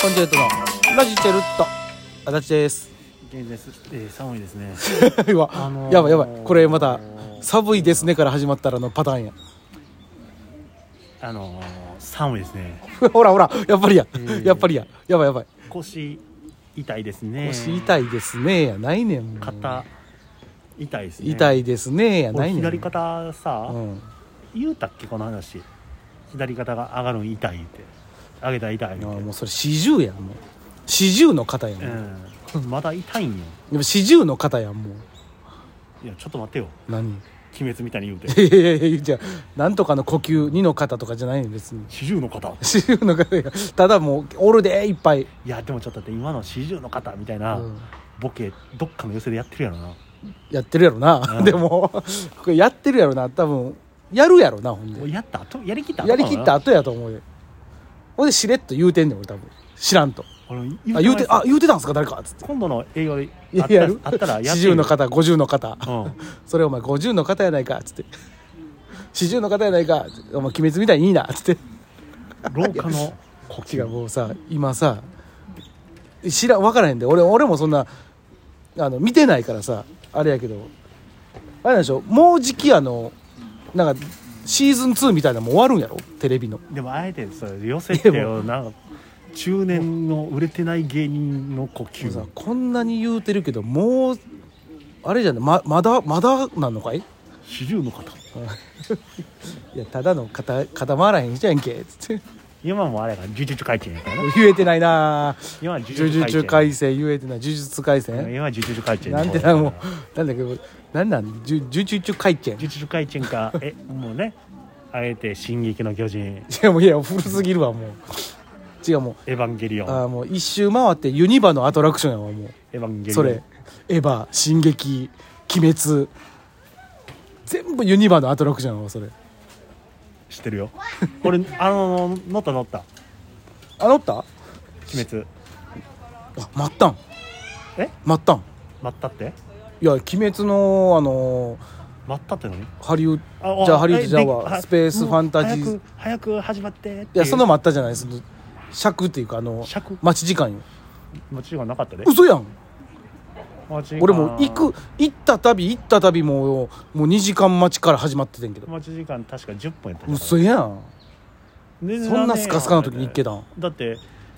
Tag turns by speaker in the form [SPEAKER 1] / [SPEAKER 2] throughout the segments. [SPEAKER 1] コンチェルトのラジチェルット足立 です
[SPEAKER 2] 現在す、えー、寒いですね
[SPEAKER 1] うわ、
[SPEAKER 2] あのー
[SPEAKER 1] やばいやばいこれまた「寒いですね」から始まったらのパターンや
[SPEAKER 2] あのー、寒いですね
[SPEAKER 1] ほらほらやっぱりや、
[SPEAKER 2] ー
[SPEAKER 1] やっぱりややばいやばい
[SPEAKER 2] 腰痛いですね
[SPEAKER 1] 腰痛いですねやないねんもう
[SPEAKER 2] 肩痛いですね
[SPEAKER 1] 痛いですねやな
[SPEAKER 2] 俺
[SPEAKER 1] いねん
[SPEAKER 2] 左肩さ、
[SPEAKER 1] うん
[SPEAKER 2] 言うたっけこの話左肩が上がるん痛いって上げたら痛いみ
[SPEAKER 1] あ
[SPEAKER 2] たい
[SPEAKER 1] も
[SPEAKER 2] な
[SPEAKER 1] うそれ四十やんもう四十の肩やん、で
[SPEAKER 2] うん、まだ痛いんよ
[SPEAKER 1] も四十の肩やんもう
[SPEAKER 2] いやちょっと待ってよ
[SPEAKER 1] 何
[SPEAKER 2] 鬼滅みたいに言うて
[SPEAKER 1] いやいやいやじゃあなんとかの呼吸二の肩とかじゃないの別に
[SPEAKER 2] 四十の方
[SPEAKER 1] 四十の肩やただもうおるでいっぱい、
[SPEAKER 2] いやでもちょっと待って今の四十の方みたいな、
[SPEAKER 1] うん
[SPEAKER 2] ボケどっかの寄せでやってるやろな
[SPEAKER 1] やってるやろな、
[SPEAKER 2] うん
[SPEAKER 1] でもこれやってるやろな多分やるやろなほん
[SPEAKER 2] もう
[SPEAKER 1] で
[SPEAKER 2] やった後やりきった後
[SPEAKER 1] やりきった後やと思うでほんでしれっと言うてんねん俺多分知らんと
[SPEAKER 2] あの
[SPEAKER 1] あ言うて
[SPEAKER 2] あ
[SPEAKER 1] あ言うてたんすか誰かっつって
[SPEAKER 2] 今度の営業であ
[SPEAKER 1] や
[SPEAKER 2] ったら
[SPEAKER 1] る
[SPEAKER 2] あったら やってよ
[SPEAKER 1] 40の方50の方
[SPEAKER 2] うん
[SPEAKER 1] それお前50の方やないかっつって40の方やないかお前鬼滅みたいにいいなっつって
[SPEAKER 2] 廊下の呼
[SPEAKER 1] 違
[SPEAKER 2] 吸
[SPEAKER 1] うもうさ今さ知ら分からへんで俺俺もそんなあの見てないからさあれやけどあれなんでしょもうじきあのなんかシーズン2みたいなのも終わるんやろテレビの
[SPEAKER 2] でもあえてそれ寄せて
[SPEAKER 1] で
[SPEAKER 2] よなんか中年の売れてない芸人の呼
[SPEAKER 1] もうさ
[SPEAKER 2] 吸
[SPEAKER 1] こんなに言うてるけどもうあれじゃないままだまだなんのかい
[SPEAKER 2] 四十の方
[SPEAKER 1] いやただの肩肩回らへん人やんけつって
[SPEAKER 2] 今もあれが呪術回転やからな
[SPEAKER 1] 言えてないなぁ
[SPEAKER 2] 今は呪
[SPEAKER 1] 呪
[SPEAKER 2] 術
[SPEAKER 1] 術
[SPEAKER 2] 回
[SPEAKER 1] 改
[SPEAKER 2] 転
[SPEAKER 1] 正言えてない呪術改正
[SPEAKER 2] 今は呪術回転の
[SPEAKER 1] な
[SPEAKER 2] 方
[SPEAKER 1] んてなもうなんだけどなんなん呪呪術改正
[SPEAKER 2] 呪術回転かえもうねあえて「進撃の巨人
[SPEAKER 1] いやもういや古すぎるわもう違うも」
[SPEAKER 2] 「エヴァンゲリオ
[SPEAKER 1] うあ
[SPEAKER 2] ン
[SPEAKER 1] ーもう一周回ってユニバのアトラクションやわも」
[SPEAKER 2] 「エヴァンゲ
[SPEAKER 1] う
[SPEAKER 2] リ
[SPEAKER 1] そ
[SPEAKER 2] オ
[SPEAKER 1] れ
[SPEAKER 2] ン
[SPEAKER 1] エヴァ進撃鬼滅全部ユニバのアトラクションやわそれ」
[SPEAKER 2] 知ってるよ俺あの乗った乗った
[SPEAKER 1] あ乗ったあ
[SPEAKER 2] 「鬼滅
[SPEAKER 1] 待ったん
[SPEAKER 2] え
[SPEAKER 1] 待ったん」
[SPEAKER 2] 待ったって
[SPEAKER 1] いや鬼滅のあの
[SPEAKER 2] 待ったって何
[SPEAKER 1] ハリウッ
[SPEAKER 2] あ
[SPEAKER 1] じゃあ
[SPEAKER 2] あ
[SPEAKER 1] ハリウッドじゃあわ
[SPEAKER 2] えであ
[SPEAKER 1] スペース
[SPEAKER 2] もう
[SPEAKER 1] ファンタジー
[SPEAKER 2] 早く早く始まってって
[SPEAKER 1] いやその
[SPEAKER 2] ま
[SPEAKER 1] 待ったじゃないその尺っていうかあの
[SPEAKER 2] 尺
[SPEAKER 1] 待ち時間よ
[SPEAKER 2] もちろんなかったで
[SPEAKER 1] 嘘やん
[SPEAKER 2] 待ち時間
[SPEAKER 1] 俺もう行く行ったたび行ったたびもうもう2時間待ちから始まっててんけど
[SPEAKER 2] 待ち時間確か10分やった
[SPEAKER 1] 嘘やんそんなスカスカの時に行け
[SPEAKER 2] た
[SPEAKER 1] たん
[SPEAKER 2] だって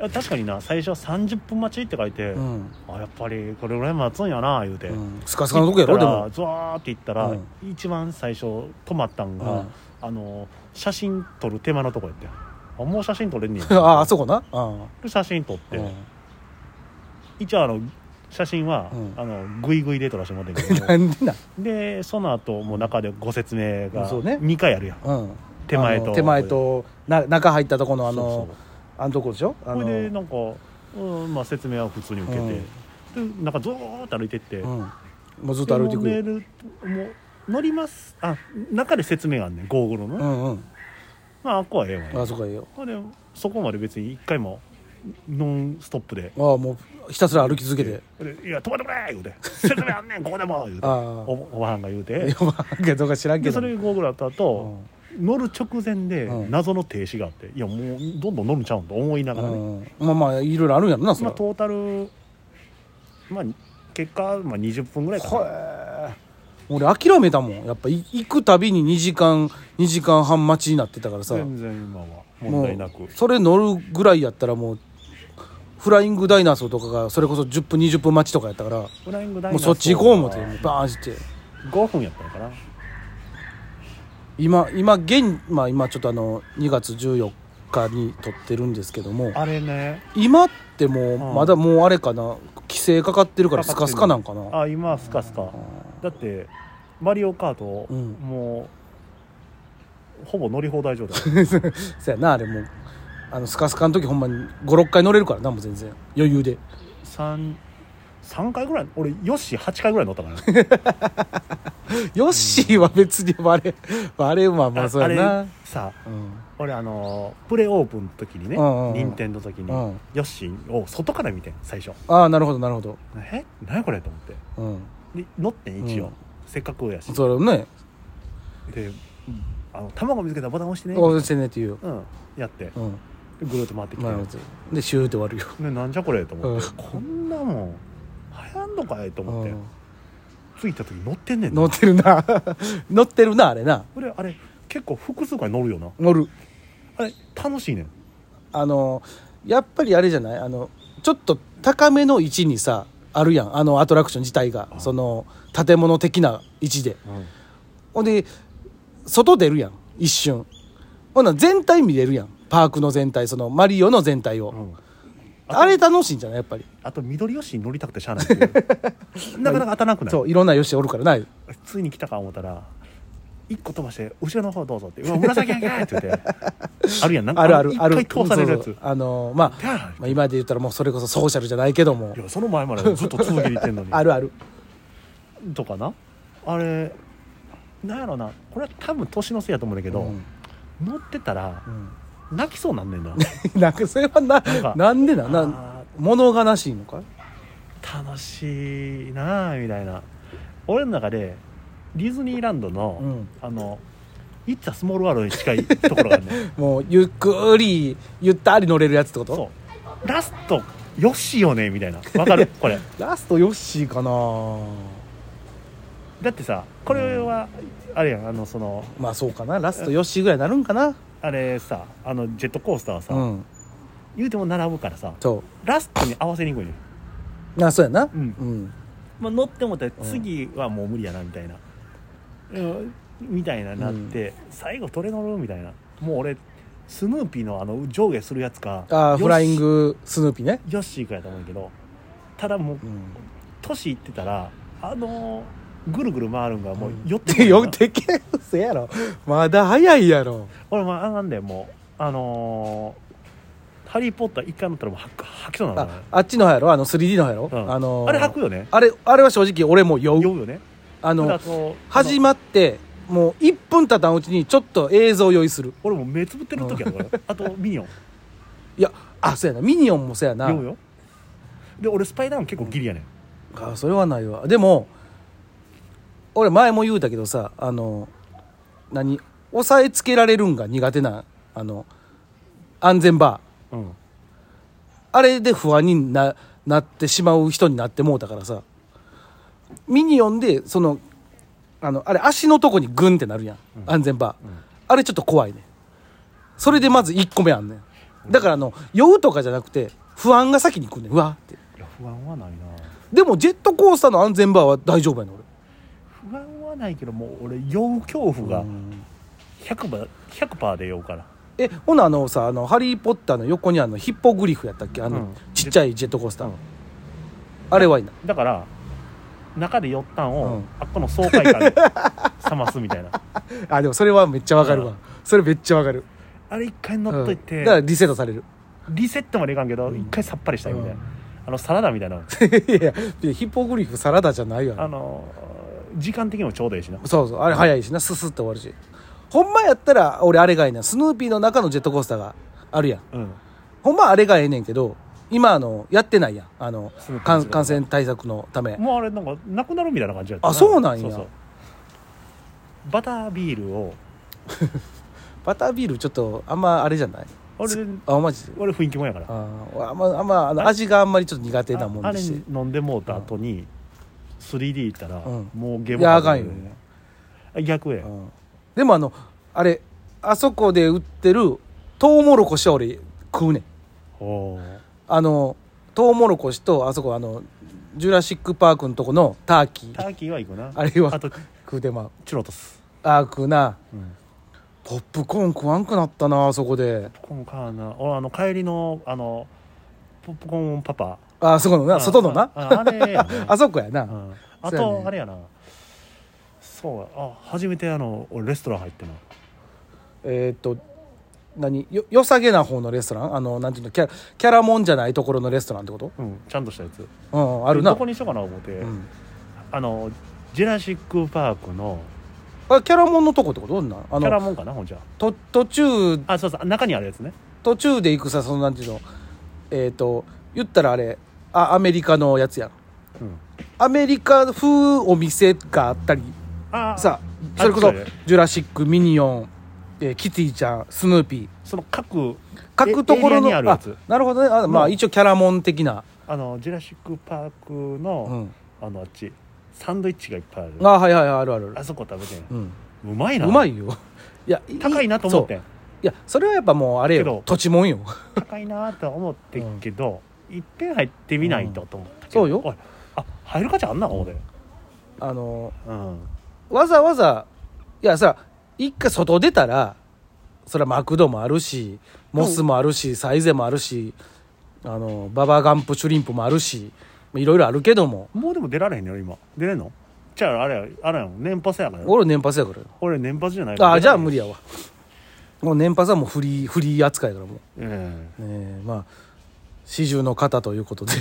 [SPEAKER 2] あ確かにな最初は30分待ちって書いて、
[SPEAKER 1] うん、
[SPEAKER 2] あやっぱりこれぐらい待つんやな言うて、
[SPEAKER 1] うん、スカスカのとこやろでも
[SPEAKER 2] ずわーって行ったら、
[SPEAKER 1] うん
[SPEAKER 2] 一番最初止まったんが、
[SPEAKER 1] うん
[SPEAKER 2] あの写真撮る手間のとこやってあもう写真撮れんねん
[SPEAKER 1] ああそこなあ
[SPEAKER 2] で写真撮って、
[SPEAKER 1] うん
[SPEAKER 2] 一応あの写真は、
[SPEAKER 1] うん
[SPEAKER 2] あのグイグイで撮らせてもらってんけど
[SPEAKER 1] なん でな
[SPEAKER 2] でその後もう中でご説明が
[SPEAKER 1] そうね
[SPEAKER 2] 2回あるやん、
[SPEAKER 1] うん
[SPEAKER 2] 手前
[SPEAKER 1] あ
[SPEAKER 2] と
[SPEAKER 1] の手前とな中入ったとこのあの
[SPEAKER 2] そうそう
[SPEAKER 1] あのとこでしょあ
[SPEAKER 2] こ
[SPEAKER 1] の
[SPEAKER 2] れでなんか、うんまあ、説明は普通に受けて、でなんかずーっと歩いてって、
[SPEAKER 1] うん、もうずっと歩いてく
[SPEAKER 2] で
[SPEAKER 1] る
[SPEAKER 2] もうメールもう乗りますあ中で説明があんねんゴーグルの
[SPEAKER 1] う
[SPEAKER 2] ね、
[SPEAKER 1] んうん
[SPEAKER 2] まああっこはええわね
[SPEAKER 1] あそこへよ
[SPEAKER 2] ほんでそこまで別に1回もノンストップで
[SPEAKER 1] ああもうひたすら歩き続けて
[SPEAKER 2] 「でいや止まってくれ!」言うて「説明あんねんここでも!」言うて
[SPEAKER 1] ああ
[SPEAKER 2] おおばはんが言う て
[SPEAKER 1] 呼ばんけどか知らんけ
[SPEAKER 2] で
[SPEAKER 1] ど
[SPEAKER 2] それゴーグルあった後、乗る直前で
[SPEAKER 1] うん
[SPEAKER 2] 謎の停止があって、いやもうどんどん乗るんちゃうんと思いな
[SPEAKER 1] う
[SPEAKER 2] がらね、
[SPEAKER 1] ん、うん、まあまあいろいろあるんやろなそ
[SPEAKER 2] まあ、
[SPEAKER 1] れ
[SPEAKER 2] トータル、まあ、結果、まあ、20分ぐらいかな
[SPEAKER 1] は俺諦めたもんやっぱい行くたびに2時間2時間半待ちになってたからさ
[SPEAKER 2] 全然今は問題なく
[SPEAKER 1] もうそれ乗るぐらいやったらもうフライングダイナソーとかがそれこそ10分20分待ちとかやったからも
[SPEAKER 2] フライングダイ
[SPEAKER 1] う
[SPEAKER 2] ナソー
[SPEAKER 1] そっち行こう思ってもうバーンして
[SPEAKER 2] 5分やったのかな
[SPEAKER 1] 今今現、まあ、今ちょっとあの2月14日に撮ってるんですけども
[SPEAKER 2] あれね
[SPEAKER 1] 今ってもう
[SPEAKER 2] うん
[SPEAKER 1] まだもうあれかな規制かかってるからスカスカなんかな
[SPEAKER 2] あ今はスカスカだってマリオカート、
[SPEAKER 1] うん
[SPEAKER 2] もうほぼ乗り放題状 態
[SPEAKER 1] そやなあれもうあのスカスカの時ほんまに56回乗れるからなもう全然余裕で。
[SPEAKER 2] 3三回ぐらい俺ヨッシー8回ぐらい乗ったかな
[SPEAKER 1] ヨッシーは別にあれ、あれは まあそうや
[SPEAKER 2] あ
[SPEAKER 1] な
[SPEAKER 2] れ。さ
[SPEAKER 1] うん
[SPEAKER 2] 俺あのープレオープンの時にね、
[SPEAKER 1] うんうんうん
[SPEAKER 2] 任天堂の時に、
[SPEAKER 1] うん
[SPEAKER 2] ヨッシーを外から見てん最初
[SPEAKER 1] ああ、なるほど、なるほど。
[SPEAKER 2] え何これと思って
[SPEAKER 1] うん。
[SPEAKER 2] で乗ってん一応、
[SPEAKER 1] うん
[SPEAKER 2] せっかくやし
[SPEAKER 1] それね、
[SPEAKER 2] であの卵見つけたらボタン押してね
[SPEAKER 1] 応援してねっていう。
[SPEAKER 2] うんやって
[SPEAKER 1] うん。
[SPEAKER 2] ぐるっと回ってきて、
[SPEAKER 1] まあでシューって終わるよ
[SPEAKER 2] でなんじゃこれと思って、
[SPEAKER 1] うん
[SPEAKER 2] こんなもん流行んのかいと思って、着いた時乗ってんね
[SPEAKER 1] うんん
[SPEAKER 2] な
[SPEAKER 1] 乗ってるな 乗ってるなあれな
[SPEAKER 2] これあれ結構複数回乗るよな
[SPEAKER 1] 乗る
[SPEAKER 2] あれ楽しいねん
[SPEAKER 1] あのやっぱりあれじゃないあのちょっと高めの位置にさあるやんあのアトラクション自体が
[SPEAKER 2] あ
[SPEAKER 1] その建物的な位置でほんで外出るやん一瞬ほんなら全体見れるやんパークの全体そのマリオの全体を、
[SPEAKER 2] うん
[SPEAKER 1] あれ楽しいんじゃないやっぱり
[SPEAKER 2] あと緑吉に乗りたくてしゃあないっていう なかなか当たらなくない、
[SPEAKER 1] そういろんなよしおるからな
[SPEAKER 2] ついに来たか思ったら一個飛ばして後ろの方どうぞって「うわ紫やんか!」って言 ってあるやんなんか
[SPEAKER 1] あるあるある
[SPEAKER 2] 一回通されるや
[SPEAKER 1] そ
[SPEAKER 2] つ
[SPEAKER 1] うそうあのま
[SPEAKER 2] ギャ
[SPEAKER 1] あ
[SPEAKER 2] ー、
[SPEAKER 1] まあ今で言ったらもうそれこそソーシャルじゃないけども
[SPEAKER 2] いやその前までずっと続けていってんのに
[SPEAKER 1] あるある
[SPEAKER 2] とかなあれなんやろなこれは多分年のせいやと思うんだけど、
[SPEAKER 1] うん
[SPEAKER 2] 乗ってたら
[SPEAKER 1] うん
[SPEAKER 2] 泣きそうなんねんな
[SPEAKER 1] なんかそれはな
[SPEAKER 2] か
[SPEAKER 1] なんで なな
[SPEAKER 2] あ
[SPEAKER 1] 物悲しいのか
[SPEAKER 2] 楽しいなあみたいな俺の中でディズニーランドの、
[SPEAKER 1] うん
[SPEAKER 2] あのいつはスモールワールドに近いところがあるね ん
[SPEAKER 1] もうゆっくりゆったり乗れるやつってこと
[SPEAKER 2] そうラストよしよねみたいなわ かるこれ
[SPEAKER 1] ラストヨッシーかな
[SPEAKER 2] だってさこれは、あれやんあのその
[SPEAKER 1] まあそうかなラストヨッシーぐらいになるんかな
[SPEAKER 2] あれさあのジェットコースターはさ、
[SPEAKER 1] うん
[SPEAKER 2] 言うても並ぶからさ
[SPEAKER 1] そ
[SPEAKER 2] ラストに合わせにくいねん、
[SPEAKER 1] うあそうやな
[SPEAKER 2] うん
[SPEAKER 1] うん
[SPEAKER 2] まあ、乗ってもったら
[SPEAKER 1] うん
[SPEAKER 2] 次はもう無理やなみたいな、うんみたいななって、最後トレ乗るみたいなもう俺スヌーピーのあの上下するやつか
[SPEAKER 1] あーフライン
[SPEAKER 2] よ
[SPEAKER 1] グスヌーピーね
[SPEAKER 2] しよっしーかやと思うけどただもう
[SPEAKER 1] うん
[SPEAKER 2] 年いってたらあのーぐるぐる回るんがもう寄ってく
[SPEAKER 1] で
[SPEAKER 2] る
[SPEAKER 1] よでけえせやろまだ早いやろ
[SPEAKER 2] 俺もあなんでもうあのーハリー・ポッター」一回乗ったらもう吐く吐きそうなの
[SPEAKER 1] ああっちの方やろあの 3D の方やろ、
[SPEAKER 2] うん
[SPEAKER 1] あのー
[SPEAKER 2] あれ吐くよね
[SPEAKER 1] あれあれは正直俺も酔う
[SPEAKER 2] 酔うよねた
[SPEAKER 1] あ
[SPEAKER 2] だ
[SPEAKER 1] の
[SPEAKER 2] こう
[SPEAKER 1] 始
[SPEAKER 2] あの
[SPEAKER 1] まってもう1分経たんうちにちょっと映像酔いする
[SPEAKER 2] 俺もう目つぶってる時やから、あとミニオン
[SPEAKER 1] いやあそうやなミニオンもそうやな
[SPEAKER 2] 酔うよで俺スパイダーマン結構ギリやねん
[SPEAKER 1] あそれはないわでも俺前も言うたけどさあの何押さえつけられるんが苦手なあの安全バー
[SPEAKER 2] うん
[SPEAKER 1] あれで不安にななってしまう人になってもうたからさミニオンでそのあのあれ足のとこにグンってなるやん、安全バー、あれちょっと怖いねそれでまず1個目あんねんだからあの酔うとかじゃなくて不安が先に来んねんうわーって
[SPEAKER 2] いや不安はないな
[SPEAKER 1] でもジェットコースターの安全バーは大丈夫やねん俺
[SPEAKER 2] 不安はないけどもう俺酔う恐怖が100%, ば100%で酔うから
[SPEAKER 1] えほなあのさあの「ハリー・ポッター」の横にあのヒッポグリフやったっけあの、
[SPEAKER 2] うん
[SPEAKER 1] ちっちゃいジェットコースター、
[SPEAKER 2] うん
[SPEAKER 1] あれはいいな
[SPEAKER 2] だから中で酔ったんを、
[SPEAKER 1] うん
[SPEAKER 2] あっこの爽快感で冷ますみたいな
[SPEAKER 1] あでもそれはめっちゃわかる
[SPEAKER 2] う
[SPEAKER 1] わ、
[SPEAKER 2] ん
[SPEAKER 1] それめっちゃわかる
[SPEAKER 2] あれ一回乗っといて、
[SPEAKER 1] うんだからリセットされる
[SPEAKER 2] リセットまでいかんけど一回さっぱりしたいみたいな、あのサラダみたいない
[SPEAKER 1] やいやヒッポグリフサラダじゃないよあれ
[SPEAKER 2] あの時間的にもちょうどいいしな
[SPEAKER 1] そうそうあれ早いしなススッと終わるしほんまやったら俺あれがええねんスヌーピーの中のジェットコースターがあるやん
[SPEAKER 2] うん
[SPEAKER 1] ほんまはあれがええねんけど今あのやってないやんあの
[SPEAKER 2] スヌーピー
[SPEAKER 1] 感
[SPEAKER 2] の
[SPEAKER 1] 感染対策のため
[SPEAKER 2] もうあれなんかなくなるみたいな感じやった
[SPEAKER 1] あそうなんや
[SPEAKER 2] そうそうバタービールを
[SPEAKER 1] バタービールちょっとあんまあれじゃない
[SPEAKER 2] 俺
[SPEAKER 1] あマジで
[SPEAKER 2] 俺雰囲気もんやからあ
[SPEAKER 1] あーあんまあんまあの味があんまりちょっと苦手なも
[SPEAKER 2] あ
[SPEAKER 1] んで
[SPEAKER 2] れ
[SPEAKER 1] して
[SPEAKER 2] 飲んでもうた後に 3D 行ったら、
[SPEAKER 1] うん
[SPEAKER 2] もうゲーム
[SPEAKER 1] いやあかんよ、
[SPEAKER 2] 逆や
[SPEAKER 1] うんでもあのあれあそこで売ってるトウモロコシは俺食うねん
[SPEAKER 2] おー
[SPEAKER 1] あのトウモロコシとあそこあのジュラシック・パークのとこのターキ
[SPEAKER 2] タ
[SPEAKER 1] ー
[SPEAKER 2] ーキーは行くな
[SPEAKER 1] あれは
[SPEAKER 2] あと
[SPEAKER 1] 食うてまう
[SPEAKER 2] チュロトス、
[SPEAKER 1] あー食うな
[SPEAKER 2] うん、
[SPEAKER 1] ポップコーン食わんくなったなあそこで
[SPEAKER 2] ポップコーンかな俺あの帰りのあのポップコーンパパ
[SPEAKER 1] あーそこのな外のな
[SPEAKER 2] あああれやな
[SPEAKER 1] あ そこや
[SPEAKER 2] う
[SPEAKER 1] なん
[SPEAKER 2] あ
[SPEAKER 1] そうや
[SPEAKER 2] と
[SPEAKER 1] ね
[SPEAKER 2] あれやなそうやあ初めてあの俺レストラン入ってな
[SPEAKER 1] えーっと何よ良さげな方のレストランあのなんていうのキャラキャラもんじゃないところのレストランってこと
[SPEAKER 2] うんちゃんとしたやつ
[SPEAKER 1] うんあるな
[SPEAKER 2] どこにしようかな思って、
[SPEAKER 1] うん
[SPEAKER 2] あのジュラシック・パークの
[SPEAKER 1] あキャラモンのとこってことどんなんあ
[SPEAKER 2] キャラ
[SPEAKER 1] の
[SPEAKER 2] モンかなほんじゃ
[SPEAKER 1] と途中
[SPEAKER 2] あそうそう中にあるやつね
[SPEAKER 1] 途中で行くさそのなんていうのえっ、と言ったらあれあアメリカのやつやん
[SPEAKER 2] うん
[SPEAKER 1] アメリカ風お店があったり
[SPEAKER 2] あ
[SPEAKER 1] さ
[SPEAKER 2] あ
[SPEAKER 1] それこそ
[SPEAKER 2] あっちだね
[SPEAKER 1] 「ジュラシック」「ミニオン」えーキティちゃんスヌーピー
[SPEAKER 2] その各
[SPEAKER 1] 各ところの
[SPEAKER 2] えエリアにあるやつ
[SPEAKER 1] なるほどねあまあ
[SPEAKER 2] うん
[SPEAKER 1] 一応キャラモン的な、
[SPEAKER 2] あのジュラシック・パーク
[SPEAKER 1] う
[SPEAKER 2] の、
[SPEAKER 1] ん、
[SPEAKER 2] あのあっちサンドイッチがいっぱいある
[SPEAKER 1] あはいはいはいあるある
[SPEAKER 2] あ
[SPEAKER 1] ある、
[SPEAKER 2] そこ食べてん
[SPEAKER 1] うん、
[SPEAKER 2] うまいな
[SPEAKER 1] うまいよ いや
[SPEAKER 2] 高いなと思って
[SPEAKER 1] そうんいやそれはやっぱもうあれ
[SPEAKER 2] けど
[SPEAKER 1] よ土地もんよ
[SPEAKER 2] 高いなとは思ってんけど、いっぺん入ってみないとと思ったけど、
[SPEAKER 1] そうよ
[SPEAKER 2] おいあ入る価値あんな思うで
[SPEAKER 1] あの
[SPEAKER 2] うん
[SPEAKER 1] わざわざいやさ一回外出たらそれはマクドもあるしモスもあるしサイゼもあるしあのババアガンプシュリンプもあるしいろいろあるけども
[SPEAKER 2] もうでも出られへんのよ今出れんのじゃああれやあれやもん年パスやからよ
[SPEAKER 1] 俺年パスやからよ
[SPEAKER 2] 俺年パスじゃないから
[SPEAKER 1] ああじゃあ無
[SPEAKER 2] 理
[SPEAKER 1] 理やわもう年パスはもうフリーフリー扱いやからもう
[SPEAKER 2] え
[SPEAKER 1] ねえまあ四十の方ということで、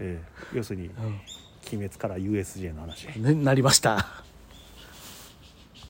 [SPEAKER 2] えええ要するに、
[SPEAKER 1] ん
[SPEAKER 2] 鬼滅から USJ の話
[SPEAKER 1] ねなりました